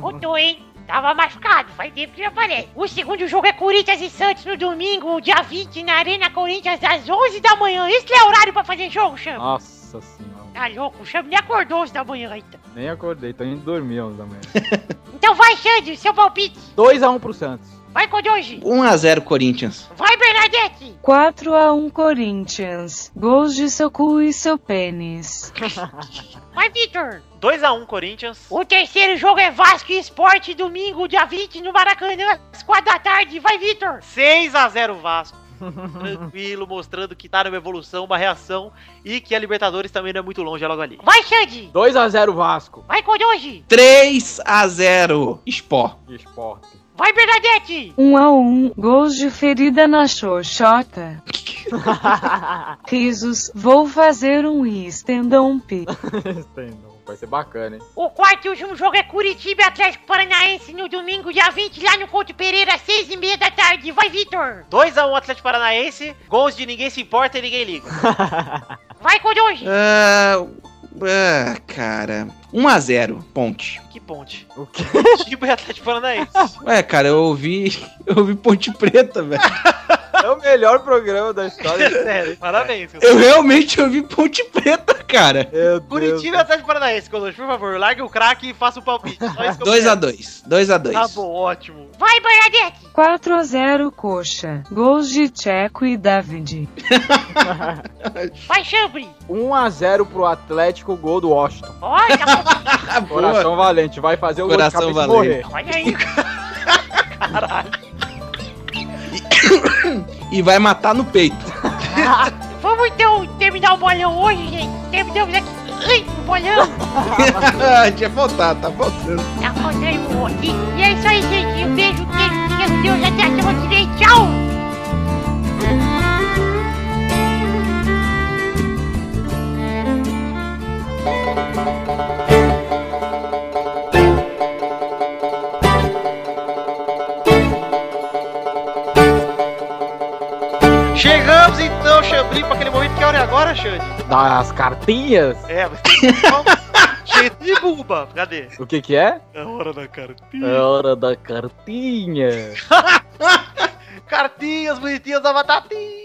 Contou, hein? Tava machucado, faz tempo que não aparece. O segundo jogo é Corinthians e Santos no domingo, dia 20, na Arena Corinthians, às 11 da manhã. Isso é horário pra fazer jogo, Chama?
Nossa senhora,
Tá louco, o Chama nem acordou 11 da manhã ainda.
nem acordei, tô indo dormir 11 da manhã.
Então vai, Xande, seu palpite.
2x1 pro Santos.
Vai, Kodoji.
1 a 0 Corinthians.
Vai, Bernadette.
4 a 1 Corinthians. Gols de seu cu e seu pênis.
Vai, Vitor.
2x1 Corinthians.
O terceiro jogo é Vasco e Esporte, domingo, dia 20, no Maracanã, às 4 da tarde. Vai, Vitor.
6x0 Vasco. Tranquilo, mostrando que tá numa evolução, uma reação e que a Libertadores também não é muito longe, é logo ali.
Vai, Xande!
2x0 Vasco.
Vai, Kodoji!
3 a 0 Sport.
Esporte.
Vai, Bernadette!
1 a 1 Gols de ferida na xoxota. Risos. Vou fazer um stand-up.
Entendo.
Vai ser bacana, hein?
O quarto e último jogo é Curitiba e Atlético Paranaense no domingo, dia 20, lá no Couto Pereira, às 6 e meia da tarde. Vai, Vitor!
2x1 Atlético Paranaense, gols de ninguém se importa e ninguém liga.
Vai, Coruja!
Ah, ah, cara. 1x0, ponte.
Que ponte.
O quê?
Tipo e Atlético Paranaense.
Ué, cara, eu ouvi. Eu ouvi Ponte Preta, velho.
É o melhor programa da história.
É Sério, parabéns.
Eu realmente ouvi Ponte Preta, cara.
Meu Deus.
Curitiba e Atlético Paranaense, Colosso, por favor, largue o craque e faça o palpite. Só isso que eu quero.
2x2. 2x2.
Tá bom, ótimo.
Vai, Bernadette!
4 a 0 Coxa. Gols de Tcheco e David.
Vai, Chambre!
1x0 pro Atlético, gol do Washington.
Olha, pô,
Ah, boa.
Coração valente, vai fazer o gol
Coração
de cabeça e
valente.
morrer.
olha aí.
E vai matar no peito.
Vamos então terminar o bolão hoje, gente. Terminamos aqui. Ai, o bolão!
Tinha faltado, tá faltando.
Tá faltando o E, e é isso aí, gente. Um beijo, queijo, fica com Deus. Até a semana que vem. Tchau!
Chegamos então, Xambri, pra aquele momento que hora é agora, Xande?
Das cartinhas?
É, mas tem que
Ah!
falar. Xande e Buba, cadê?
O que que é?
É hora da cartinha.
É hora da cartinha.
Cartinhas bonitinhas da batatinha.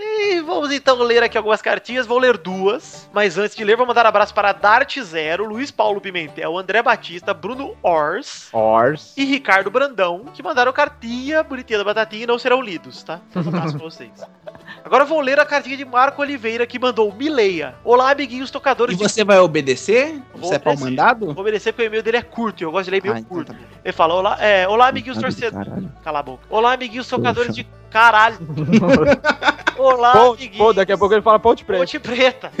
E vamos então ler aqui algumas cartinhas. Vou ler duas. Mas antes de ler, vou mandar abraço para Dart Zero, Luiz Paulo Pimentel, André Batista, Bruno Ors
Ors.
e Ricardo Brandão, que mandaram cartinha bonitinha da batatinha e não serão lidos, tá? Então, um abraço pra vocês. Agora vou ler a cartinha de Marco Oliveira, que mandou Mileia. Olá, amiguinhos
E
tocadores de
você vai obedecer? Você é pau
obedecer.
mandado?
Vou obedecer porque o e-mail dele é curto, e eu gosto de ler e-mail
Ah, então
curto.
tá bom.
Ele fala, olá, é, olá amiguinhos
Mandado do
torcedores...
caralho.
Cala a boca. Olá amiguinhos tocadores de caralho. olá
Ponte,
amiguinhos...
pô, daqui a pouco ele fala Ponte Preta.
Ah, Ponte Preta.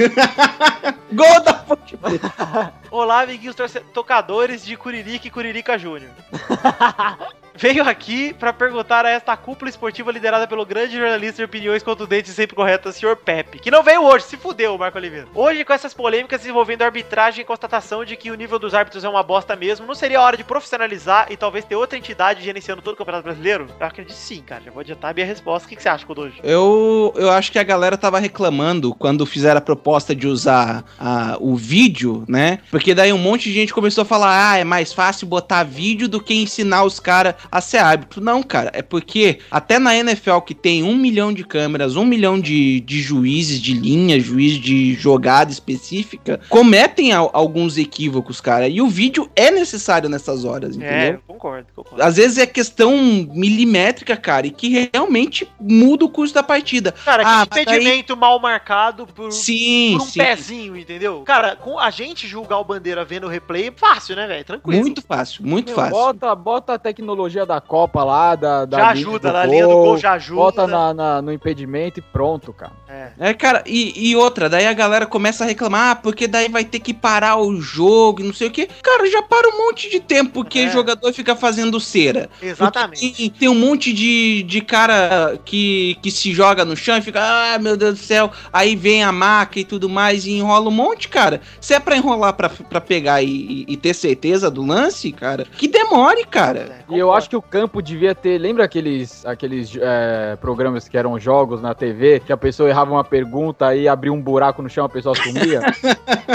Gol da Ponte Preta.
Olá amiguinhos torce... tocadores de Curirica e Curirica Júnior. Venho aqui pra perguntar a esta cúpula esportiva liderada pelo grande jornalista de opiniões contundentes e sempre corretas, senhor Pepe, que não veio hoje, se fudeu, Marco Oliveira. Hoje, com essas polêmicas envolvendo arbitragem e constatação de que o nível dos árbitros é uma bosta mesmo, não seria a hora de profissionalizar e talvez ter outra entidade gerenciando todo o Campeonato Brasileiro? Eu acredito que sim, cara. Já vou adiantar a minha resposta. O que, que você acha, Kodoji?
Eu, eu acho que a galera tava reclamando quando fizeram a proposta de usar ah, o vídeo, né? Porque daí um monte de gente começou a falar: ah, é mais fácil botar vídeo do que ensinar os caras a ser árbitro. Não, cara, é porque até na NFL que tem um milhão de câmeras, um milhão de, de juízes de linha, juiz de jogada específica, cometem al- alguns equívocos, cara. E o vídeo é necessário nessas horas, entendeu?
É, eu concordo, concordo.
Às vezes é questão milimétrica, cara, e que realmente muda o curso da partida.
Cara, que
Ah, mas
impedimento mal marcado por,
Sim,
por um
sim.
pezinho, entendeu? Cara, com a gente julgar o bandeira vendo o replay, fácil, né, velho? Tranquilo.
Muito fácil, muito
Meu,
fácil.
Bota, bota a tecnologia da Copa lá, da, da
já
linha do
ajuda, na linha do gol já ajuda.
Bota na, na- no impedimento e pronto, cara.
É.
É, cara, e, e outra, daí a galera começa a reclamar, ah, porque daí vai ter que parar o jogo, e não sei o quê. Cara, já para um monte de tempo que
É.
jogador fica fazendo cera.
Exatamente.
Porque Tem, tem um monte de, de cara que, que se joga no chão e fica, ah, meu Deus do céu. Aí vem a maca e tudo mais e enrola um monte, cara. Se é pra enrolar pra, pra pegar e, e- e ter certeza do lance, cara, que demore, cara.
É,
E eu acho que o campo devia ter. Lembra aqueles, aqueles é, programas que eram jogos na TV, que a pessoa errava uma pergunta e abria um buraco no chão a pessoa sumia?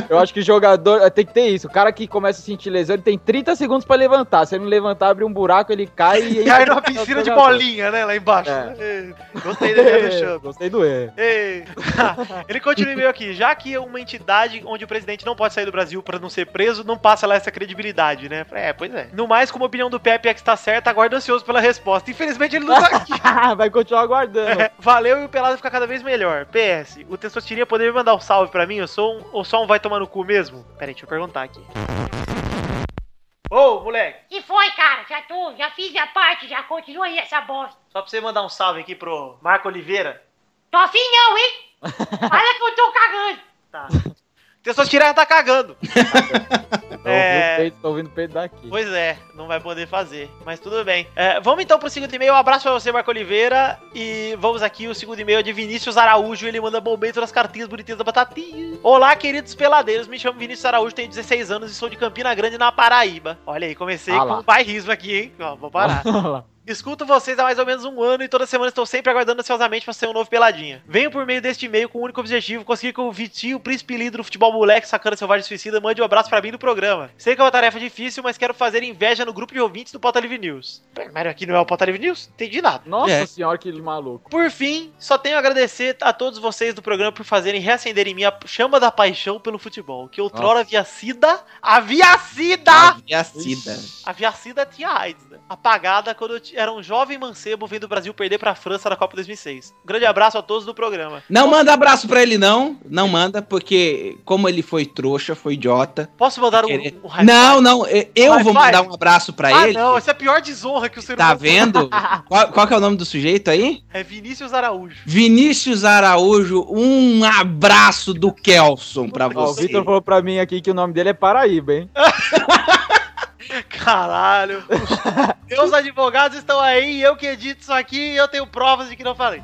eu acho que jogador. é, Tem que ter isso. O cara que começa a sentir lesão, ele tem 30 segundos pra levantar. Se ele não levantar, abrir um buraco, ele cai e.
Cai numa piscina de bolinha, né? Lá embaixo.
É.
Ei, Gostei da ideia do Champ.
Gostei do E.
Ei. Ele continua meio aqui. Já que é uma entidade onde o presidente não pode sair do Brasil pra não ser preso, não passa lá essa credibilidade, né? É, pois é. No mais, como a opinião do Pepe é que está certa, aguardo ansioso pela resposta. Infelizmente, ele não tá aqui.
Ah, Vai continuar aguardando.
É, Valeu e o pelado fica cada vez melhor. PS, o Testosterinha poderia mandar um salve pra mim? Eu sou um, ou só um vai tomar no cu mesmo? Peraí, deixa eu perguntar aqui. Ô, moleque,
Que foi, cara? Já tô, já fiz a parte, já continua aí essa bosta.
só pra você mandar um salve aqui pro Marco Oliveira.
Tô afim não, hein? Fala que eu tô cagando.
Tá. Testosterona tá cagando. É.
Eu ouvi o peito, tô ouvindo o peito daqui.
Pois é, não vai poder fazer, mas tudo bem. É, vamos então pro segundo e-mail. Um abraço pra você, Marco Oliveira. E vamos aqui, o segundo e-mail é de Vinícius Araújo. Ele manda bombeiros nas cartinhas bonitinhas da batatinha. Olá, queridos peladeiros. Me chamo Vinícius Araújo, tenho 16 anos e sou de Campina Grande, na Paraíba. Olha aí, comecei
Ah
com
lá.
um bairrismo aqui, hein? Ó, vou parar.
Olha lá.
Escuto vocês há mais ou menos um ano e toda semana estou sempre aguardando ansiosamente para ser um novo peladinha. Venho por meio deste e-mail com o único objetivo: conseguir que o Vitinho, o príncipe lindo do futebol moleque, sacana selvagem suicida, mande um abraço para mim do programa. Sei que é uma tarefa difícil, mas quero fazer inveja no grupo de ouvintes do Pauta Livre News. Pera, Mas aqui não é o Pauta Livre News? Entendi nada.
Nossa
É.
senhora, que maluco.
Por fim, só tenho a agradecer a todos vocês do programa por fazerem reacender em mim a chama da paixão pelo futebol, que outrora havia sido. Havia sido!
E a Cida.
A Viacida tinha AIDS, né? Apagada quando eu ti- era um jovem mancebo vindo do Brasil perder pra França na Copa 2006. Um grande abraço a todos do programa.
Não manda abraço pra ele, não. Não manda, porque como ele foi trouxa, foi idiota.
Posso mandar um,
Querer-
um high
Não,
five?
não, eu- eu
Vai,
vou
vai.
mandar um abraço pra
Ah,
ele.
não, essa é a pior desonra que o ser
Tá
humano-
vendo? Qual, qual que é o nome do sujeito aí?
É Vinícius Araújo.
Vinícius Araújo, um abraço do Kelson pra
Ó, o
você.
Vitor falou pra mim aqui que o nome dele é Paraíba, hein?
Caralho. Meus advogados estão aí, eu que edito isso aqui e eu tenho provas de que não falei.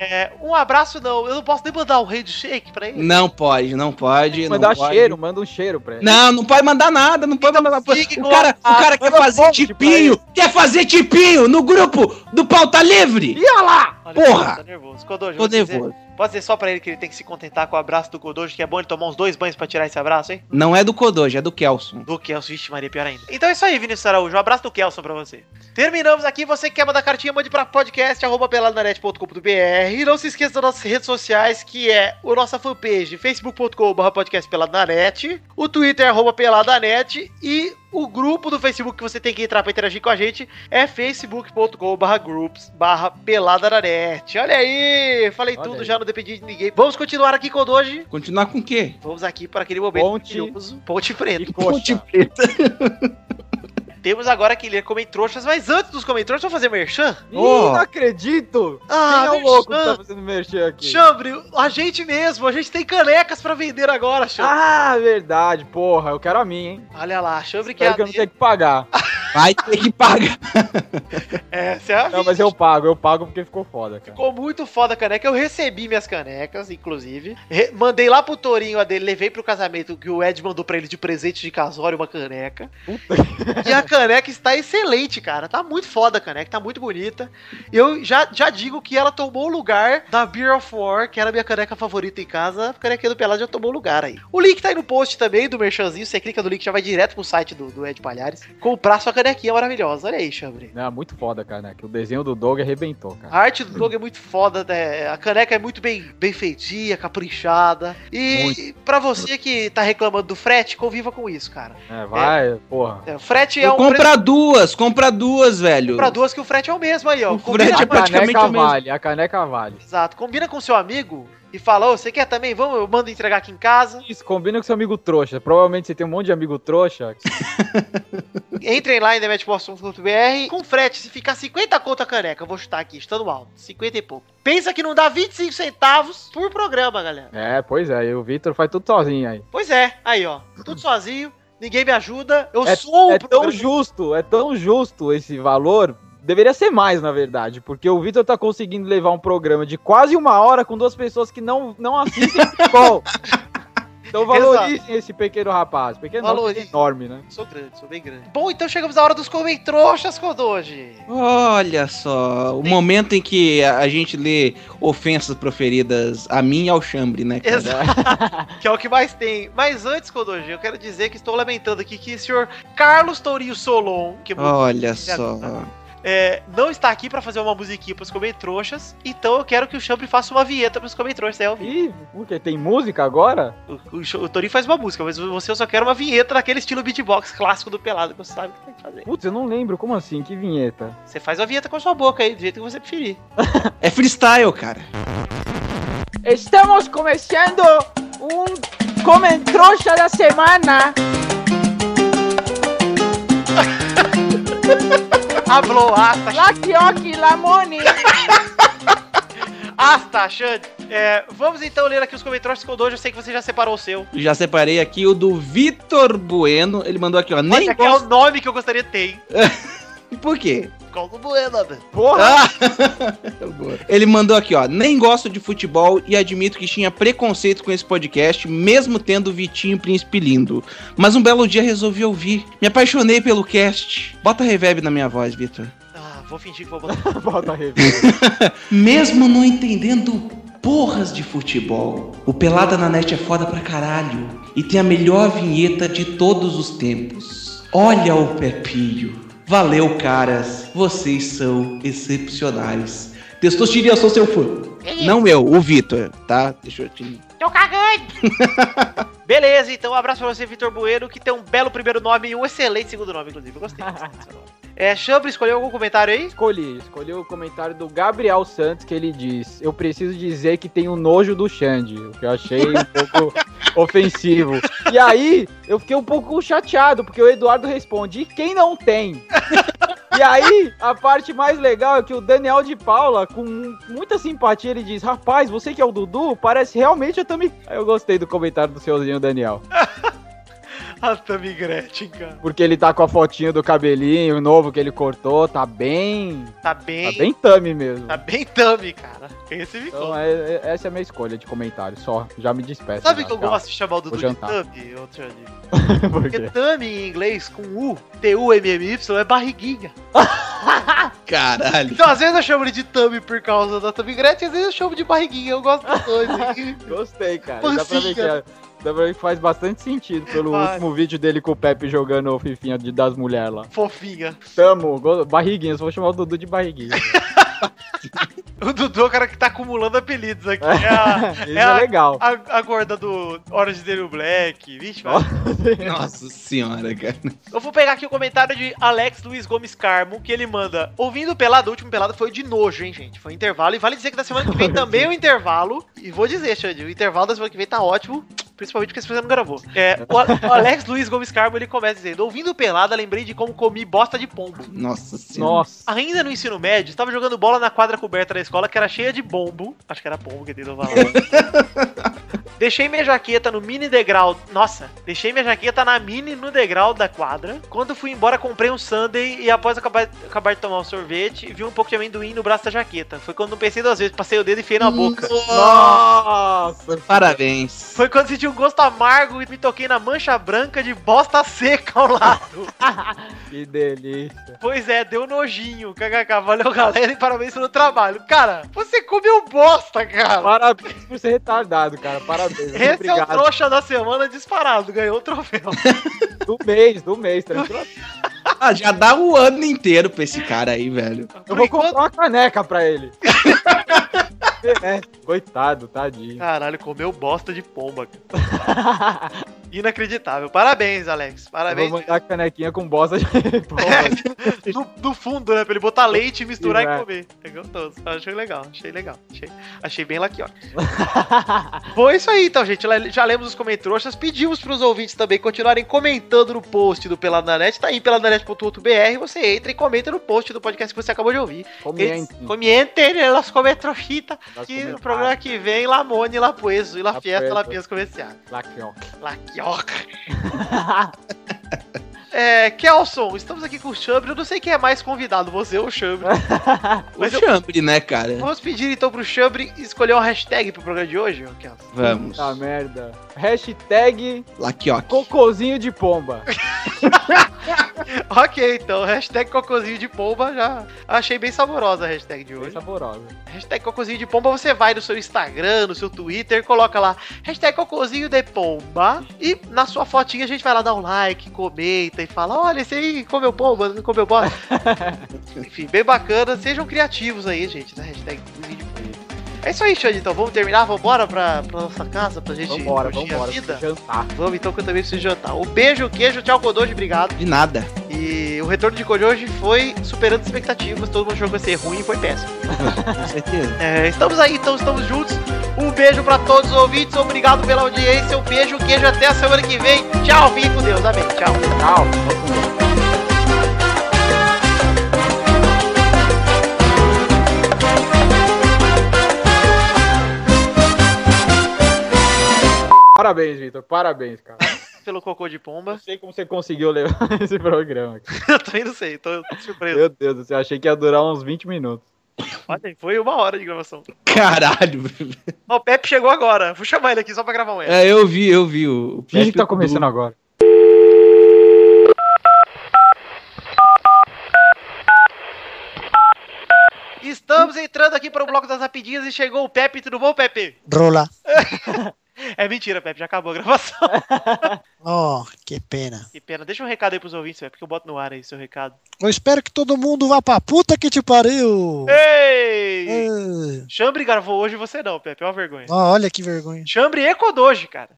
É, um abraço não, eu não posso nem mandar um handshake pra ele.
Não pode, não pode. Não
Mandar
pode.
cheiro, manda um cheiro pra ele.
Não, não pode mandar nada, não pode mandar.
fique
O cara,
com a-
o cara quer
manda um
fazer
monte pra
tipinho, quer fazer tipinho no grupo do Pauta Livre.
Ih, olha lá!
Olha,
Porra!
Tá nervoso. Godojo,
Tô
vou dizer-
nervoso.
Pode dizer só pra ele que ele tem que se contentar com o abraço do Godojo, que é bom ele tomar uns dois banhos pra tirar esse abraço, hein?
Não é do Kodoji, é do Kelson.
Do Kelson, vixe Maria, pior ainda. Então é isso aí, Vinícius Araújo. Um abraço do Kelson pra você. Terminamos aqui. Você que quer mandar cartinha, mande pra podcast, arroba peladnanet.com.br. E não se esqueça das nossas redes sociais, que é o nossa fanpage, facebook.com.br podcastpeladnanet, o Twitter, é arroba peladanet, e o grupo do Facebook que você tem que entrar pra interagir com a gente é facebook.com.br groups barra peladananet. Olha aí! Falei
Olha
tudo,
aí.
já não dependi de ninguém. Vamos continuar aqui com o Doji.
Continuar com o quê?
Vamos aqui para aquele momento
Ponte.
curioso. Ponte Preta.
E coxa.
Preta.
Temos agora que ler Comentroxas, mas antes dos Comentroxas, vamos fazer merchan?
Ih,
Ó.
não acredito!
Ah,
Quem é o
merchan.
louco que tá fazendo mexer aqui?
Chambre, a gente mesmo, a gente tem canecas pra vender agora, Chambre.
Ah, verdade, porra, eu quero a minha, hein?
Olha lá, Chambre que é
Ah. Espero
a
que eu não
dele.
tenha que pagar.
Vai ter que pagar.
É, você é a
Não, mas eu pago, eu pago porque ficou foda, cara.
Ficou muito foda a caneca. Eu recebi minhas canecas, inclusive. Re- mandei lá pro Torinho a dele, levei pro casamento que o Ed mandou pra ele de presente de casório uma caneca. E a caneca está excelente, cara. Tá muito foda a caneca, tá muito bonita. Eu já, já digo que ela tomou o lugar da Beer of War, que era a minha caneca favorita em casa. A caneca do Pelado já tomou o lugar aí. O link tá aí no post também do merchanzinho. Você clica no link já vai direto pro site do, do Ed Palhares. Comprar sua canequinha maravilhosa. Olha aí, Chambre.
Não, muito foda, cara, né? Que o desenho do Doug arrebentou, cara.
A arte do Doug é muito foda, né? A caneca é muito bem, bem feitinha, caprichada. E pra você que tá reclamando do frete, conviva com isso, cara.
É, vai, porra.
É, o frete é
Eu
um preço
compra duas, compra duas, velho.
pra duas né? que o frete é o mesmo aí, ó.
O
Combina-
A
frete é praticamente
caneca
o mesmo.
vale, a caneca vale.
Exato. Combina com seu amigo e fala, ô, você quer também? Vamos, eu mando entregar aqui em casa.
Isso, combina com seu amigo trouxa. Provavelmente você tem um monte de amigo trouxa.
Entrem lá em demetpost.com.br. Com frete, se ficar 50 conto a caneca, eu vou chutar aqui, estando alto, 50 e pouco. Pensa que não dá 25 centavos por programa, galera.
É, pois é, e o Vitor faz tudo sozinho aí.
Pois é, aí, ó. Tudo sozinho, ninguém me ajuda, eu
É-
sou o
É tão
programa.
justo, é tão justo esse valor. Deveria ser mais, na verdade, porque o Vitor tá conseguindo levar um programa de quase uma hora com duas pessoas que não, não assistem futebol. Então valorizem esse pequeno rapaz. Pequeno não, porque ele
Valorizem.
é enorme, né?
Sou grande, sou bem grande. Bom, então chegamos à hora dos comentroxas, Kodoji.
Olha só, o momento em que a a gente lê ofensas proferidas a mim e ao chambre, né? cara?
que é o que mais tem. Mas antes, Kodoji, eu quero dizer que estou lamentando aqui que o senhor Carlos Tourinho Solon, que é muito-
Olha só.
é, não está aqui para fazer uma musiquinha pros comentroxas, então eu quero que o Chambre faça uma vinheta pros comentroxas, né, ao vivo.
Ih, por quê? Tem música agora?
O, o, Cho- o Tourinho faz uma música, mas você eu só quero uma vinheta naquele estilo beatbox clássico do Pelado, que você sabe que tem que fazer.
Putz, eu não lembro. Como assim? Que vinheta?
Você faz uma vinheta com a sua boca aí, do jeito que você preferir.
É freestyle, cara.
Estamos começando um Comentroxa da semana.
Hablou, hasta,
Lakioki Lamoni.
hasta, Xande.
Ah, É, vamos então ler aqui os comentários que eu dou, eu sei que você já separou o seu.
Já separei aqui o do Vitor Bueno. Ele mandou aqui, ó. Nem
Olha, que é
gosto...
o nome que eu gostaria de ter, hein?
E por quê?
Coco
é,
Bueno, velho.
Porra!
Ah! Ele mandou aqui, ó. Nem gosto de futebol e admito que tinha preconceito com esse podcast, mesmo tendo o Vitinho e o Príncipe Lindo. Mas um belo dia resolvi ouvir. Me apaixonei pelo cast. Bota reverb na minha voz, Vitor.
Ah, vou fingir que vou botar.
Bota a revista.
Mesmo não entendendo porras de futebol, o Pelada na Net é foda pra caralho e tem a melhor vinheta de todos os tempos. Olha o Pepinho. Valeu, caras. Vocês são excepcionais. Testosteria, sou seu fã.
Beleza.
Não eu, o Vitor, tá? Deixa eu te...
Tô cagando.
Beleza, então um abraço pra você, Vitor Bueno, que tem um belo primeiro nome e um excelente segundo nome, inclusive. Eu gostei. gostei do seu nome. é, Chambre, escolheu algum comentário aí?
Escolhi, escolhi o comentário do Gabriel Santos que ele diz: Eu preciso dizer que tenho nojo do Xande, o que eu achei um pouco ofensivo. E aí, eu fiquei um pouco chateado, porque o Eduardo responde: E quem não tem? E aí, a parte mais legal é que o Daniel de Paula, com muita simpatia, ele diz: Rapaz, você que é o Dudu, parece realmente a Tami. Aí Eu gostei do comentário do senhorzinho Daniel.
A Tami Gretchen, cara.
Porque ele tá com a fotinha do cabelinho novo que ele cortou, tá bem.
Tá
Tá
bem.
bem Tami mesmo.
Tá bem Tami, cara. Esse me
Então,
conta.
é- é- essa é a minha escolha de comentário, só. Já me despeço.
Sabe
já,
que eu
tchau.
gosto de chamar o Dudu
Vou
de
jantar.
Tami, ô, Xande?
Por
Porque
quê?
Tami em inglês com U, T-U-M-M-Y, é barriguinha.
Caralho.
Então, às vezes eu chamo ele de Tami por causa da Tami Gretchen, às vezes eu chamo de barriguinha. Eu gosto dos dois. hein?
Gostei, cara. Dá pra, ver que
Pancinha.
é- dá pra ver que faz bastante sentido pelo
Vai.
último vídeo dele com o Pepe jogando o fifinha de, das mulheres lá.
Fofinha.
Tamo, go- barriguinhas, vou chamar o Dudu de barriguinha.
O Dudu é o cara que tá acumulando apelidos aqui. É a,
Isso
é
é,
a-
legal.
a, a gorda do Orange Daniel Black. Vixe, vai.
Nossa senhora, cara.
Eu vou pegar aqui o comentário de Alex Luiz Gomes Carmo, que ele manda. Ouvindo o pelado, o último pelado foi de nojo, hein, gente? Foi um intervalo. E vale dizer que da semana que vem também é o intervalo. E vou dizer, Xande, o intervalo da semana que vem tá ótimo. Principalmente porque esse você não gravou. É, o A- o Alex Luiz Gomes Carmo, ele começa dizendo: Ouvindo o pelada, lembrei de como comi bosta de pombo.
Nossa senhora.
Nossa.
Ainda no ensino médio, estava jogando bola na quadra coberta da escola que era cheia de bombo. Acho que era pombo que tentou falar. deixei minha jaqueta no mini degrau. Nossa, deixei minha jaqueta na mini no degrau da quadra. Quando fui embora, comprei um sundae e após acabar, acabar de tomar um sorvete, vi um pouco de amendoim no braço da jaqueta. Foi quando não pensei duas vezes, passei o dedo e enfiei na boca. Ah!
Nossa.
Parabéns.
Foi quando senti um gosto amargo e me toquei na mancha branca de bosta seca ao lado.
Que delícia.
Pois é, deu nojinho. KKK, valeu galera e parabéns pelo trabalho. Cara, você comeu bosta, cara.
Parabéns por ser retardado, cara. Parabéns.
Esse é o
Obrigado.
trouxa da semana disparado, ganhou o troféu.
Do mês, do mês. tranquilo.
Ah, já dá o ano inteiro pra esse cara aí, velho.
Eu
Por
vou
enquanto-
comprar uma caneca pra ele. é, coitado, tadinho.
Caralho, comeu bosta de pomba. cara. Inacreditável. Parabéns, Alex.
Eu vou
Parabéns.
mandar a canequinha com bosta de
No, no fundo, né? Pra ele botar leite, misturar
Exato.
e comer. É gostoso. Achei legal, achei legal. Achei, achei bem laqui, ó. Foi isso aí, então, gente. Le- Já lemos os comentroxas. Pedimos pros ouvintes também continuarem comentando no post do Pelado na Net. Tá aí, peladanet.com.br. Você entra e comenta no post do podcast que você acabou de ouvir.
é,
Eles-
Comentem.
Comentem nas comentroxitas.
Nós
Que é no
comentamos.
programa que vem, Lamone, Lapueso e La
La
Fiesta,
Pueso.
La Pias Comercial.
Laquioca.
Laquioca. é, Kelson, estamos aqui com o Chambre. Eu não sei quem é mais convidado, você ou o Chambre.
O
Mas eu-
chambre, né, cara?
Vamos pedir então pro Chambre escolher uma hashtag pro programa de hoje, ô Kelson.
Vamos.
Puta Tá, merda. Hashtag
Laquioque.
cocôzinho de pomba.
ok, então, hashtag cocôzinho de pomba, já achei bem saborosa a hashtag de
Bem
hoje.
saborosa.
Hashtag cocôzinho de pomba, você vai no seu Instagram, no seu Twitter, coloca lá hashtag cocôzinho de pomba e na sua fotinha a gente vai lá dar um like, comenta e fala, olha, esse aí comeu pomba, não comeu bola. Enfim, bem bacana, sejam criativos aí, gente, na hashtag cocôzinho de pomba. É isso aí, Xande, então, vamos terminar, vambora pra, pra nossa casa, pra gente
Vambora,
curtir
vambora.
a vida?
Jantar.
Vamos então que eu também preciso jantar. Um beijo, queijo, tchau, Kodoji, obrigado.
De nada.
E o retorno de Kodoji foi superando expectativas, todo mundo achou que ia ser ruim e foi péssimo.
Com certeza.
É, estamos aí, então estamos juntos. Um beijo pra todos os ouvintes, obrigado pela audiência, um beijo, um queijo, até a semana que vem. Tchau, fiquem com Deus, amém, tchau.
Tchau. Tô com medo. Parabéns, Vitor. Parabéns, cara.
Pelo cocô de pomba.
Não sei como você conseguiu levar esse programa. cara.
Eu também não sei, tô surpreso.
Meu Deus do céu, achei que ia durar uns 20 minutos.
Olha aí, foi uma hora de gravação.
Caralho, velho.
Ó, o Pepe chegou agora. Vou chamar ele aqui só pra gravar um.
É, eu vi, eu vi o. o
Finge que tá
Pepe
começando agora.
Estamos entrando aqui para o bloco das rapidinhas e chegou o Pepe. Tudo bom, Pepe?
Rola.
É mentira, Pepe, já acabou a gravação.
Oh, que pena.
Que pena. Deixa um recado aí pros ouvintes, Pepe, que eu boto no ar aí seu recado.
Eu espero que todo mundo vá pra puta que te pariu.
Ei!
Ah,
Chambre gravou hoje você não, Pepe. É uma vergonha.
ó, olha que vergonha.
Chambre e Kodoji, cara.